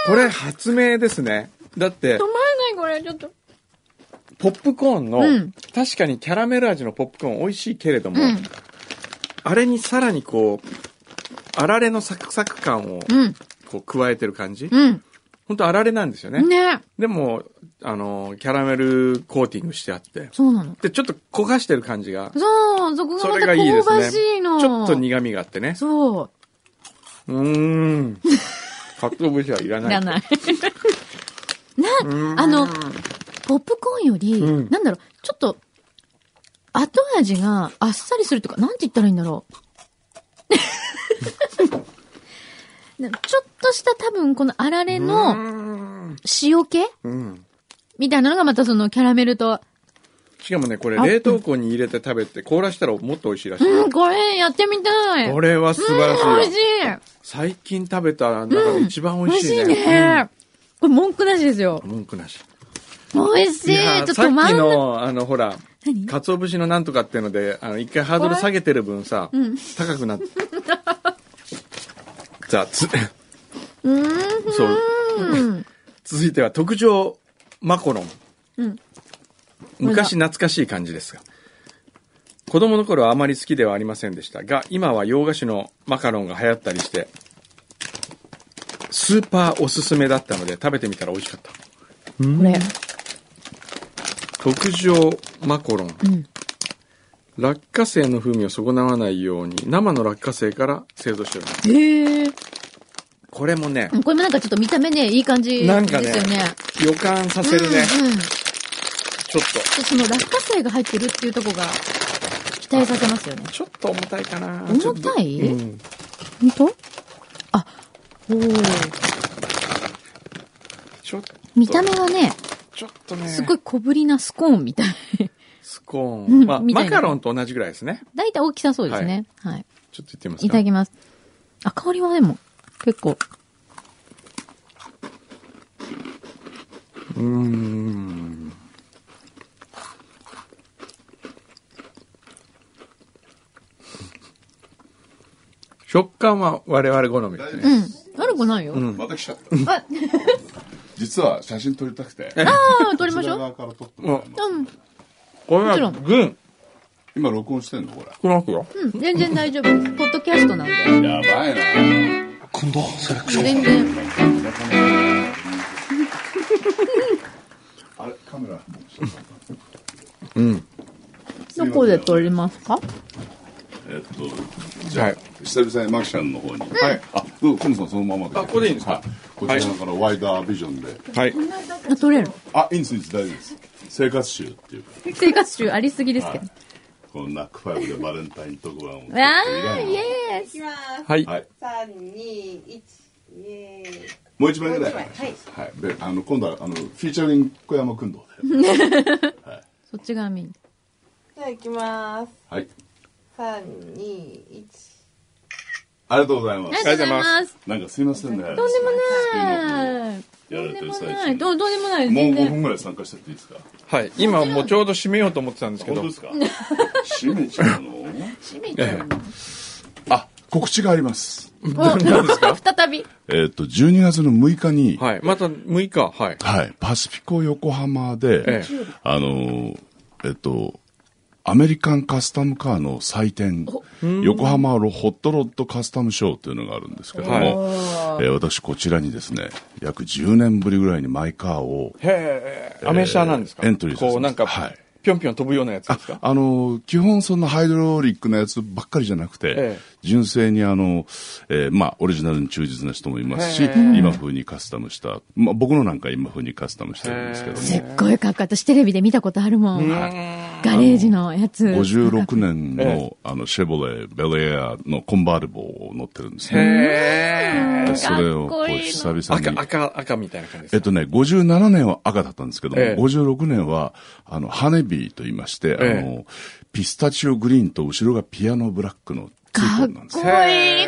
Speaker 1: これ発明ですねだって
Speaker 2: 止まらないこれちょっと
Speaker 1: ポップコーンの、
Speaker 2: うん
Speaker 1: 確かにキャラメル味のポップコーン美味しいけれども、
Speaker 2: うん
Speaker 1: あれにさらにこうあられのサクサク感を
Speaker 2: うん
Speaker 1: こう加えてる感じ、
Speaker 2: う
Speaker 1: ほんとあられなんですよね、
Speaker 2: んね
Speaker 1: でもあのキャラメルコーティングしてあって
Speaker 2: そうなの
Speaker 1: でちょっと焦がしてる感じが
Speaker 2: そうそこ
Speaker 1: そ
Speaker 2: がま
Speaker 1: れ
Speaker 2: た
Speaker 1: がいいで
Speaker 2: 香
Speaker 1: す
Speaker 2: ばしい
Speaker 1: ね
Speaker 2: の
Speaker 1: ちょっと苦みがあってね
Speaker 2: そう
Speaker 1: うーんかつお節はいらな
Speaker 2: い
Speaker 1: い
Speaker 2: ら ない。な、あの、ポップコーンより、
Speaker 1: うん
Speaker 2: なんだろう、ちょっと、後味があっさりするとか、なんて言ったらいいんだ ろう。なんかちょっとした多分、このあられの
Speaker 1: の
Speaker 2: 塩気
Speaker 1: うん
Speaker 2: みたいなのがまたそのキャラメルと、
Speaker 1: しかもねこれ
Speaker 2: あ
Speaker 1: 冷凍庫に入れて食べて凍らしたらもっと美味しいらしい、
Speaker 2: うん、これやってみたい。
Speaker 1: これは素晴らしい
Speaker 2: うん
Speaker 1: わ
Speaker 2: 美味しい。
Speaker 1: 最近食べた中で一番美味しいね,、
Speaker 2: 美味しいね。これ文句なしですよ
Speaker 1: う。ん文句なし
Speaker 2: 美味しい。
Speaker 1: いや
Speaker 2: ちょ
Speaker 1: ー
Speaker 2: っと
Speaker 1: さ
Speaker 2: 止
Speaker 1: っ
Speaker 2: ま
Speaker 1: き
Speaker 2: んない。
Speaker 1: のあのほら
Speaker 2: 何
Speaker 1: 鰹節のなんとかっていうのであの一回ハードル下げてる分さ、高く なってじゃあつそう
Speaker 2: うん。
Speaker 1: 続いては特上マコロン、
Speaker 2: ん
Speaker 1: 昔懐かしい感じですが子供の頃はあまり好きではありませんでしたが今は洋菓子のマカロンが流行ったりしてスーパーおすすめだったので食べてみたら美味しかった
Speaker 2: これ。
Speaker 1: 特上マコロン、
Speaker 2: うん
Speaker 1: 落花生の風味を損なわないように生の落花生から製造してる
Speaker 2: へえ。
Speaker 1: これもね
Speaker 2: これもなんかちょっと見た目ね、いい感じですよ
Speaker 1: なん
Speaker 2: ね。
Speaker 1: かね予感させるね、
Speaker 2: うんうん。で
Speaker 1: ちょっと
Speaker 2: その落花生が入ってるっていうとこが、期待させますよね。
Speaker 1: ちょっと重たいかな
Speaker 2: 重たい
Speaker 1: ちょっとうん
Speaker 2: ほんとあ、おー
Speaker 1: ちょっと
Speaker 2: 見た目はね、
Speaker 1: ちょっとね
Speaker 2: すごい小ぶりなスコーンみたい。
Speaker 1: スコーン、
Speaker 2: うん
Speaker 1: まあ、
Speaker 2: みたい
Speaker 1: マ
Speaker 2: な
Speaker 1: カロンと同じぐらいですね
Speaker 2: だいたい大きさそうですね。はい。
Speaker 1: ちょっと言ってみますか
Speaker 2: いただきます。あ、香りはでも、結構。
Speaker 1: うーん食感は我々好みですね
Speaker 2: うん。悪くないよ。
Speaker 4: また来ちゃった。
Speaker 2: あ、
Speaker 4: 実は写真撮りたくて。
Speaker 2: あー、撮りましょう。
Speaker 4: こちら側から撮って
Speaker 1: う
Speaker 4: もら
Speaker 1: ん
Speaker 4: います
Speaker 2: うん。
Speaker 1: これ
Speaker 2: もちろ
Speaker 1: は
Speaker 2: ん
Speaker 1: 群
Speaker 4: 今録音してんのこれ。
Speaker 1: 少なくよ
Speaker 2: うん。全然大丈夫です。ポッドキャストなんで。
Speaker 4: やばいな。
Speaker 5: 今度セレクション
Speaker 2: 全然。
Speaker 4: あれカメラ。
Speaker 2: どこで撮りますか
Speaker 4: えっと、じゃあ、
Speaker 1: はい
Speaker 4: 久々にマキちゃんの方に。はい。あ、どうコムさんそのままで。
Speaker 1: あここでいいんですか
Speaker 4: はこちらからワイダービジョンで。
Speaker 1: はい
Speaker 2: あ撮れる。
Speaker 4: あ、いいんですいいんです大丈夫です。生活集っていうか、
Speaker 2: 生活集ありすぎですけど。
Speaker 4: このナックファイブでバレンタイン特番を。
Speaker 2: わー、イエー
Speaker 6: いきます。
Speaker 1: はい
Speaker 4: はい。
Speaker 6: 三二一。イエーイ。
Speaker 4: もう一枚ぐらい。
Speaker 6: もう一枚
Speaker 4: はい。で、あの今度はあのフィーチャリング小山君堂で。
Speaker 2: そっち側見に。
Speaker 6: じゃあいきます。
Speaker 4: はい。
Speaker 6: 三二一。
Speaker 4: ありがとうございま
Speaker 2: あり
Speaker 4: す。
Speaker 2: がとうございます。
Speaker 4: なんかすいませんね。
Speaker 2: とんでもない。
Speaker 4: や
Speaker 2: と
Speaker 4: ら
Speaker 2: ん
Speaker 4: れ
Speaker 2: で
Speaker 4: てる
Speaker 2: も
Speaker 4: 最
Speaker 2: ない。
Speaker 4: 中
Speaker 2: どうどうでもない。
Speaker 4: もう
Speaker 2: 全
Speaker 4: 5
Speaker 2: 然。
Speaker 4: 分ぐらい参加しちゃっていいですか
Speaker 1: はい今もうちょうど締めようと思ってたんですけ
Speaker 4: 本
Speaker 1: ど
Speaker 4: 当ですか閉 めちゃうの
Speaker 2: 閉めちゃうの
Speaker 4: あ、告知があります。
Speaker 2: お再び。
Speaker 4: えっと、12月の6日に、
Speaker 1: はいまた6日はい
Speaker 4: はい、パシフィコ横浜で、
Speaker 1: え
Speaker 4: あの、えっと、アメリカンカスタムカーの祭典、横浜ロホットロッドカスタムショーというのがあるんですけども、
Speaker 1: はい
Speaker 4: えー私こちらにですね、約10年ぶりぐらいにマイカ ーを、
Speaker 1: へえアメ車なんですか
Speaker 4: エントリーさせます
Speaker 1: こうなんか
Speaker 4: はい
Speaker 1: ぴょんぴょん飛ぶようなやつですか
Speaker 4: あの、基本そんなハイドロリックなやつばっかりじゃなくて、
Speaker 1: ええ
Speaker 4: 純正にあの、えーまあ、オリジナルに忠実な人もいますし、
Speaker 1: へえ
Speaker 4: 今風にカスタムした、まあ、僕のなんか今風にカスタムしてるんですけど
Speaker 2: すっ
Speaker 4: も、
Speaker 2: ごいかっこいい。私テレビで見たことあるもん。ガレージのやつ。
Speaker 4: 56年の、
Speaker 1: え
Speaker 4: あの、シェボレー、ベレアのコンバールボを乗ってるんですね。
Speaker 1: へえ
Speaker 4: でそれ
Speaker 2: か
Speaker 4: を
Speaker 2: っこ
Speaker 4: こう
Speaker 2: いいな
Speaker 4: 久々
Speaker 1: 赤
Speaker 4: に。
Speaker 1: 赤赤みたいな感じ
Speaker 4: え
Speaker 1: です
Speaker 4: っ
Speaker 1: か
Speaker 4: とね、57年は赤だったんですけども、
Speaker 1: ええ
Speaker 4: 56年は、あの、ハネビーと言いまして、あの、ピスタチオグリーンと後ろがピアノブラックのツイ
Speaker 2: か
Speaker 4: ー
Speaker 2: っ
Speaker 4: トなんですよ
Speaker 2: こいい。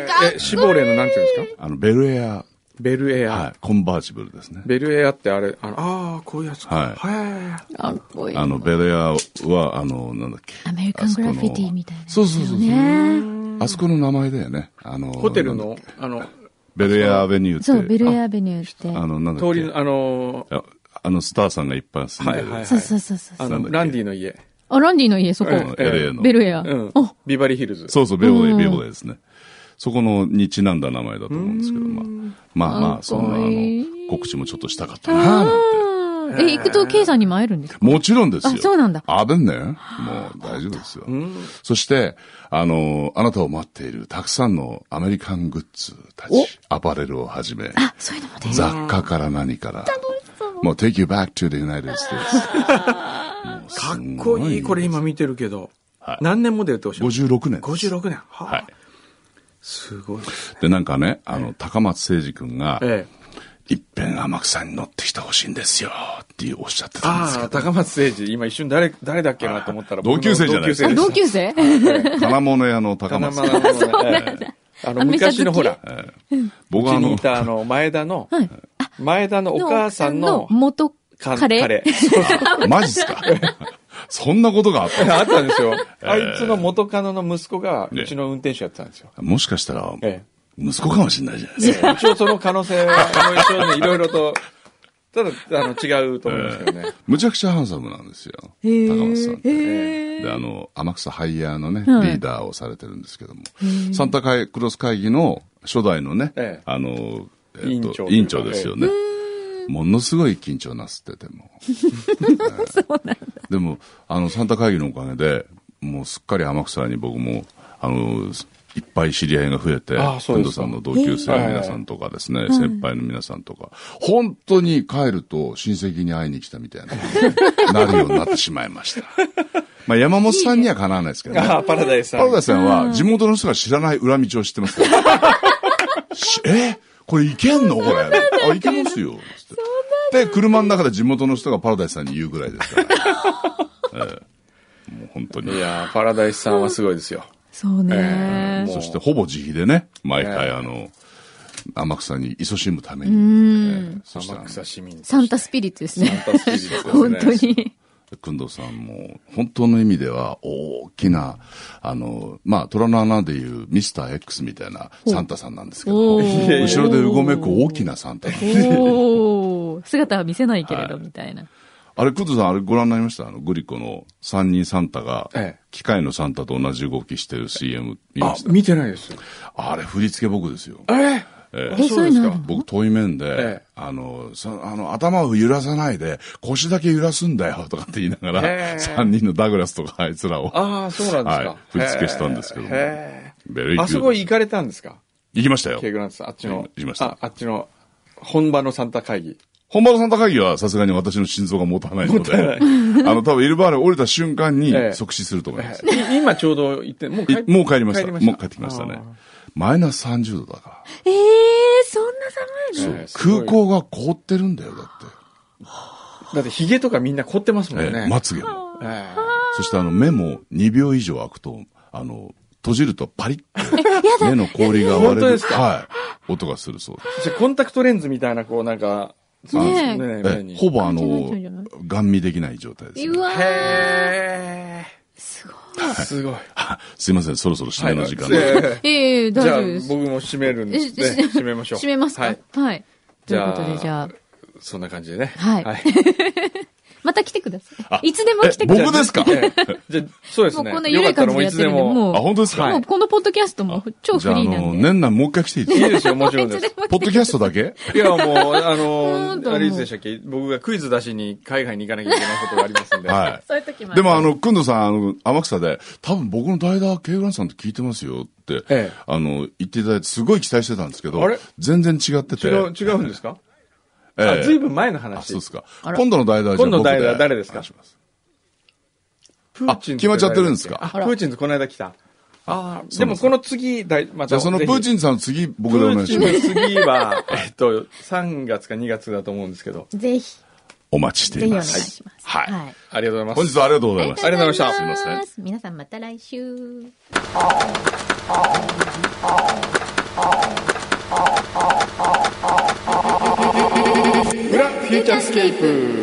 Speaker 2: かっ
Speaker 1: えシボレーのなんていうんですか
Speaker 4: あの、ベルエア
Speaker 1: ベルエア。
Speaker 4: はい。コンバーチブルですね。
Speaker 1: ベルエアってあれ、あの、ああ、こういうやつか。
Speaker 4: はい
Speaker 1: は
Speaker 2: かっこいい。
Speaker 4: あの、ベレアは、あの、なんだっけ。
Speaker 2: アメリカングラフィティみたいな。
Speaker 4: そうそうそうそう。
Speaker 2: ね
Speaker 4: あそこの名前だよね。あの、
Speaker 1: い。ホテル
Speaker 4: なん
Speaker 1: の
Speaker 4: だっけ、
Speaker 1: あの、
Speaker 4: ベレアアベニューって。
Speaker 2: そう、ベルエアベニューって。
Speaker 4: あの、なんだっ
Speaker 1: 通
Speaker 4: け
Speaker 1: りの、あの、
Speaker 4: ああの、スターさんがいっぱい住んでる。
Speaker 1: はいはい
Speaker 2: そうそうそうそう。
Speaker 1: あ
Speaker 4: なんだ
Speaker 1: の、
Speaker 4: っけ
Speaker 1: ランディの家。
Speaker 2: あ、ランディの家、そこ。
Speaker 4: あの
Speaker 1: ええ
Speaker 4: LA の。
Speaker 2: ベルエア。
Speaker 1: うん
Speaker 2: あ、。
Speaker 1: ビバリーヒルズ。
Speaker 4: そうそう、ベオレ
Speaker 2: う
Speaker 4: イ、
Speaker 2: ん
Speaker 4: ベオレイですね。そこのにちなんだ名前だと思うんですけど、まあ、まあまあ、そんな、
Speaker 2: か
Speaker 4: あ
Speaker 2: っこいい
Speaker 4: の、告知もちょっとしたかったなあなんて。
Speaker 2: うんえ、行くと、ケイさんにも会えるんですか
Speaker 4: もちろんですよ。
Speaker 2: あそうなんだ
Speaker 4: あべんね。もう大丈夫ですよ。そして、あの、あなたを待っているたくさんのアメリカングッズたち、アパレルをはじめ、
Speaker 2: あ、そういうのも出る。
Speaker 4: 雑貨から何から、もう take you back to the United States。
Speaker 1: か
Speaker 4: か
Speaker 1: っこいい、これ今見てるけど。
Speaker 4: はい
Speaker 1: 何年モデルっておっしゃる
Speaker 4: 56年です。
Speaker 1: 56年。はあ
Speaker 4: はい。
Speaker 1: すごいですね。
Speaker 4: で、なんかね、あの、高松誠二君が、
Speaker 1: ええ。
Speaker 4: いっぺん天草に乗ってきてほしいんですよ、っていうおっしゃってたんです
Speaker 1: あ
Speaker 4: け
Speaker 1: あ、
Speaker 4: ど、
Speaker 1: 高松誠二。今一瞬誰、誰だっけなと思ったら。
Speaker 4: 同級生じゃない
Speaker 1: 僕の
Speaker 2: あ、同
Speaker 1: 同級
Speaker 2: 級生
Speaker 1: 生です。ええ
Speaker 4: 金物屋の高
Speaker 1: 金
Speaker 4: 松
Speaker 1: 丸
Speaker 4: さ
Speaker 1: の
Speaker 4: ん。
Speaker 1: ねあの、
Speaker 2: あめちゃ好き
Speaker 1: 昔のほら、う
Speaker 4: 僕
Speaker 1: ち
Speaker 4: はあ
Speaker 1: に
Speaker 4: の
Speaker 1: い、たあの、前田の、
Speaker 2: はい。
Speaker 1: 前田のお母さ んの
Speaker 2: 元
Speaker 1: か
Speaker 2: カレー。
Speaker 1: そうそう
Speaker 4: マジっすかそんなことがあった
Speaker 1: あったんですよ。あいつの元カノの息子が、
Speaker 4: ね
Speaker 1: うちの運転手やってたんですよ。
Speaker 4: もしかしたら、
Speaker 1: え
Speaker 4: 息子かもしれないじゃないですか。
Speaker 1: 一応その可能性は、一応ね、いろいろと、ただ、あの、違うと思うんですけどね。
Speaker 4: むちゃくちゃハンサムなんですよ。高松さんって。
Speaker 2: へ
Speaker 4: で、あの、天草ハイヤーのね、リ
Speaker 2: はい
Speaker 4: ーダーをされてるんですけども、サンタカイクロス会議の初代のね
Speaker 1: ええ、
Speaker 4: あの、えっと
Speaker 1: 委員長というか
Speaker 4: 委員長ですよね。ものすごい緊張なすって ても。でも、あの、サンタ会議のおかげで、もうすっかり天草に僕も、あの、いっぱい知り合いが増えて、
Speaker 1: ああそう
Speaker 4: 天
Speaker 1: で
Speaker 4: 童
Speaker 1: すか
Speaker 4: さんの同級生の皆さんとかですね、先輩の皆さんとか、本当に帰ると親戚に会いに来たみたいな、なるようになってしまいました。まあ、山本さんにはかなわないですけどね。
Speaker 1: ああ、パラダイスさん。
Speaker 4: パラダイスさんは、地元の人が知らない裏道を知ってますから。し えこれ行けんのこれ。あ、行けますよ。つってで、車の中で地元の人がパラダイスさんに言うぐらいですから。ええもう本当に。
Speaker 1: いやーパラダイスさんはすごいですよ。
Speaker 2: そう
Speaker 1: え
Speaker 2: ね
Speaker 1: ー。もう
Speaker 4: そしてほぼ自費でね、毎
Speaker 1: え
Speaker 4: 回
Speaker 1: え
Speaker 4: あの、天草に勤しむために、ええそしてあ
Speaker 1: 天
Speaker 4: の、
Speaker 1: 草市民として。
Speaker 2: サンタスピリッツですね。
Speaker 1: サンタスピリッツですね
Speaker 2: 本当に。
Speaker 4: くんどうさんも、本当の意味では大きな、あの、まあ、虎の穴でいうミスター X みたいなサンタさんなんですけども、
Speaker 2: おー
Speaker 4: 後ろでうごめく大きなサンタなんです
Speaker 2: お ー姿は見せないけれど、みたいな。
Speaker 4: あれ、くずさん、あれご覧になりましたあの、グリコの三人サンタが
Speaker 1: ええ、
Speaker 4: 機械のサンタと同じ動きしてる CM 見ま
Speaker 1: あ
Speaker 4: し、た。
Speaker 1: 見てないです。
Speaker 4: あれ、振り付け僕ですよ。
Speaker 1: えー
Speaker 4: え
Speaker 2: え、そういうのあるの
Speaker 4: 僕、遠い面で、
Speaker 1: ええ
Speaker 4: あの、そあの、頭を揺らさないで、腰だけ揺らすんだよ、とかって言いなが
Speaker 1: え
Speaker 4: ら、
Speaker 1: え
Speaker 4: 三人のダグラスとかあいつらを、
Speaker 1: ああ、そうなんですか。
Speaker 4: はい振り付けしたんですけども
Speaker 1: へー
Speaker 4: ベリーグッド
Speaker 1: あそこ行かれたんですか
Speaker 4: 行きましたよ
Speaker 1: ケ。イグラントさん、あっちの
Speaker 4: 行。きました
Speaker 1: ああっちの、本場のサンタ会議。
Speaker 4: 本場のサンタ会議はさすがに私の心臓が持たないので、あの、多分、イルバーレ降りた瞬間に
Speaker 1: ええ
Speaker 4: 即死すると思います。
Speaker 1: い今ちょうど行って、もう帰
Speaker 4: いもう帰りました。
Speaker 1: 帰
Speaker 4: もう帰ってきましたね。マイナス30度だから。
Speaker 2: えー、そんな
Speaker 1: あ
Speaker 2: 寒い
Speaker 1: ー
Speaker 2: の
Speaker 1: ええすごい
Speaker 4: 空港が凍ってるんだよ、だって。
Speaker 1: だってヒゲとかみんな凝ってますもん
Speaker 4: え
Speaker 1: ね。
Speaker 4: えまつげも。
Speaker 1: ええ
Speaker 4: そしてあの目も2秒以上開くと、あの、閉じるとパリッと目の氷が割
Speaker 1: 本当
Speaker 4: れ
Speaker 1: で
Speaker 4: る。
Speaker 1: すか
Speaker 4: はい。音がするそうです。
Speaker 1: じゃあコンタクトレンズみたいな、こうなんか、そうです
Speaker 2: ねえ
Speaker 1: ねね
Speaker 4: え
Speaker 1: 目に
Speaker 4: えほぼあ
Speaker 2: あ違う
Speaker 4: の
Speaker 2: 違う違う、
Speaker 4: 顔見できない状態です、
Speaker 2: う
Speaker 4: ね。
Speaker 2: わー。
Speaker 1: へ
Speaker 2: すごい。
Speaker 1: え。すごい。
Speaker 4: あすいません、そろそろ締めの時間
Speaker 1: はい
Speaker 4: で。
Speaker 1: ええ
Speaker 2: ええ、大
Speaker 1: じゃ
Speaker 2: 丈
Speaker 1: あ
Speaker 2: 夫です。
Speaker 1: 僕も締めるん
Speaker 2: え
Speaker 1: で、ね、締めましょう。
Speaker 2: 閉めますか
Speaker 1: はい。
Speaker 2: はい。と
Speaker 1: じ
Speaker 2: い
Speaker 1: ゃ
Speaker 2: う
Speaker 1: あ
Speaker 2: ことで、じゃあ、
Speaker 1: そんな感じでね。
Speaker 2: はい また来てください。いつでも来て
Speaker 4: え、
Speaker 2: ください。
Speaker 4: 僕ですか
Speaker 1: ええじゃあ、そうです
Speaker 2: もう
Speaker 1: ね。
Speaker 2: こんな緩い感じでやってるんで、
Speaker 1: よかったらもういつでも
Speaker 2: もう、
Speaker 4: あ、本当ですか、
Speaker 2: もうこのポッドキャストも超
Speaker 4: じ
Speaker 2: フ
Speaker 4: ゃあ、あ
Speaker 2: リーな
Speaker 4: の、
Speaker 2: んで。
Speaker 4: 年内もう一回来ていいです
Speaker 1: い
Speaker 4: か
Speaker 1: いですよ、もちろん
Speaker 2: いつ
Speaker 1: です
Speaker 2: で。も
Speaker 4: ポッドキャストだけ
Speaker 1: いや、もう、あ
Speaker 2: う
Speaker 1: の
Speaker 2: んと
Speaker 1: ー、あれいつでしたっけ僕がクイズ出しに海外に行かなきゃいけないことがありますんで。
Speaker 4: はい。
Speaker 2: そういう時もあ
Speaker 4: で
Speaker 2: る
Speaker 4: もあの、くんどさん、あの、天草で、多分僕の代打、ケイグランさんと聞いてますよって、
Speaker 1: ええ
Speaker 4: あの、言っていただいて、すごい期待してたんですけど
Speaker 1: あれ、
Speaker 4: 全然違ってて。
Speaker 1: 違う、違うんですか
Speaker 4: ええ
Speaker 1: あ、ずいぶん前の
Speaker 4: あ、そう
Speaker 1: 話
Speaker 4: で。すか。今度の代打はじゃあ
Speaker 1: 今度の代打
Speaker 4: 僕
Speaker 1: 誰ですか
Speaker 4: お願いします
Speaker 1: プーチンズ
Speaker 4: あ決まっちゃってるんですか
Speaker 1: あ、プ
Speaker 2: ら
Speaker 1: ーチンズこの間来た。ああ、
Speaker 4: そ
Speaker 1: で
Speaker 4: うな
Speaker 1: も
Speaker 4: んです
Speaker 1: この次、だいま
Speaker 4: じ
Speaker 1: た。
Speaker 4: ゃあそのプ
Speaker 1: ぜひ
Speaker 4: ーチンさんの次、
Speaker 1: プ
Speaker 4: 僕でお願
Speaker 1: ー
Speaker 4: い
Speaker 1: チ
Speaker 4: し
Speaker 1: ン
Speaker 4: ま
Speaker 1: の
Speaker 4: す。
Speaker 1: 次は、えっと、3月か2月だと思うんですけど。
Speaker 2: ぜひ、
Speaker 4: お待ちして
Speaker 2: ぜ
Speaker 4: い
Speaker 2: ひお願
Speaker 4: ま
Speaker 2: い
Speaker 4: す。
Speaker 2: します。
Speaker 4: はい
Speaker 2: はい。
Speaker 1: ありがとうござい
Speaker 4: 本
Speaker 1: ます。
Speaker 4: 日はありがとうございました。
Speaker 1: ありがとうございました
Speaker 2: ありがとうございますす。皆さんまた来週。
Speaker 1: フューチャースケープ